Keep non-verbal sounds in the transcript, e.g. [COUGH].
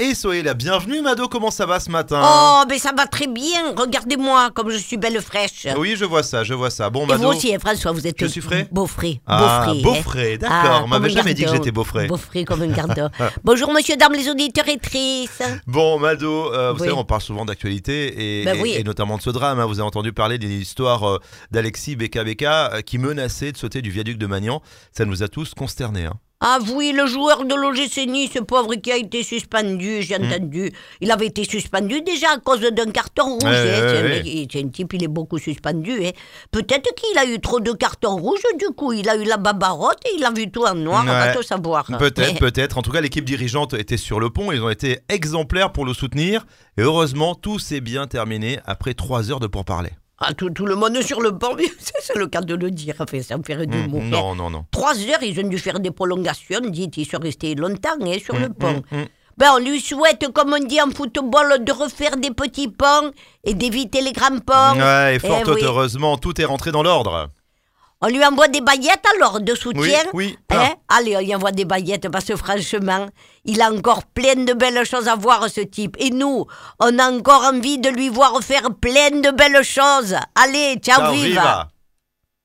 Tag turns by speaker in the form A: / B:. A: Et soyez la bienvenue, Mado, comment ça va ce matin
B: Oh, mais ça va très bien. Regardez-moi comme je suis belle fraîche.
A: Ah Oui, je vois ça, je vois ça. Bon,
B: Et vous
A: Mado.
B: aussi, hein, François, vous êtes
A: Je suis frais
B: beau frais.
A: Ah,
B: beau frais, hein.
A: Beaufray, d'accord.
B: Ah,
A: On m'avait
B: comme un
A: jamais dit que
B: gardeau.
A: j'étais Beaufray.
B: Beau frais comme
A: [LAUGHS]
B: une garde. Bonjour, monsieur, dames, les auditeurs et trices.
A: Bon, Mado, euh, vous
B: Oui.
A: savez, on parle souvent d'actualité et,
B: Bah
A: et-
B: oui.
A: et notamment de ce drame. hein. Vous avez entendu parler de l'histoire euh, d'Alexis Beka euh, qui menaçait de sauter du viaduc de Magnan. Ça nous a tous consternés. hein.
B: Ah oui, le joueur de l'OGC Nice, ce pauvre qui a été suspendu, j'ai
A: Hmm.
B: entendu. Il avait été suspendu déjà à cause d'un carton rouge.
A: Ouais,
B: hein.
A: ouais,
B: C'est un
A: ouais.
B: mec- il- c'est un type, il est beaucoup suspendu. hein. Peut-être qu'il a eu trop de cartons rouges, du coup. Il a eu la babarotte et il a vu tout en noir, on va
A: Ouais.
B: tout savoir.
A: Peut-être, peut-être. En tout cas, l'équipe dirigeante était sur le pont. Ils ont été exemplaires pour le soutenir. Et heureusement, tout s'est bien terminé après trois heures de pourparlers.
B: Ah, tout, tout le monde sur le pont, [LAUGHS] c'est le cas de le dire, enfin, ça me ferait du
A: Mm,
B: mot.
A: Non, non, non.
B: Trois heures, ils ont dû faire des prolongations, dites, ils sont restés longtemps hein, sur le
A: Mm,
B: pont.
A: mm, mm.
B: Ben, on lui souhaite, comme on dit en football, de refaire des petits ponts et d'éviter les grands ponts.
A: Ouais, et fort
B: Eh oui.
A: heureusement, tout est rentré dans l'ordre.
B: On lui envoie des baillettes alors de
A: Oui,
B: soutien.
A: oui. Ah.
B: Hein Allez, on lui envoie des baillettes parce que franchement, il a encore plein de belles choses à voir, ce type. Et nous, on a encore envie de lui voir faire plein de belles choses. Allez, ciao,
A: Ciao,
B: viva.
A: viva.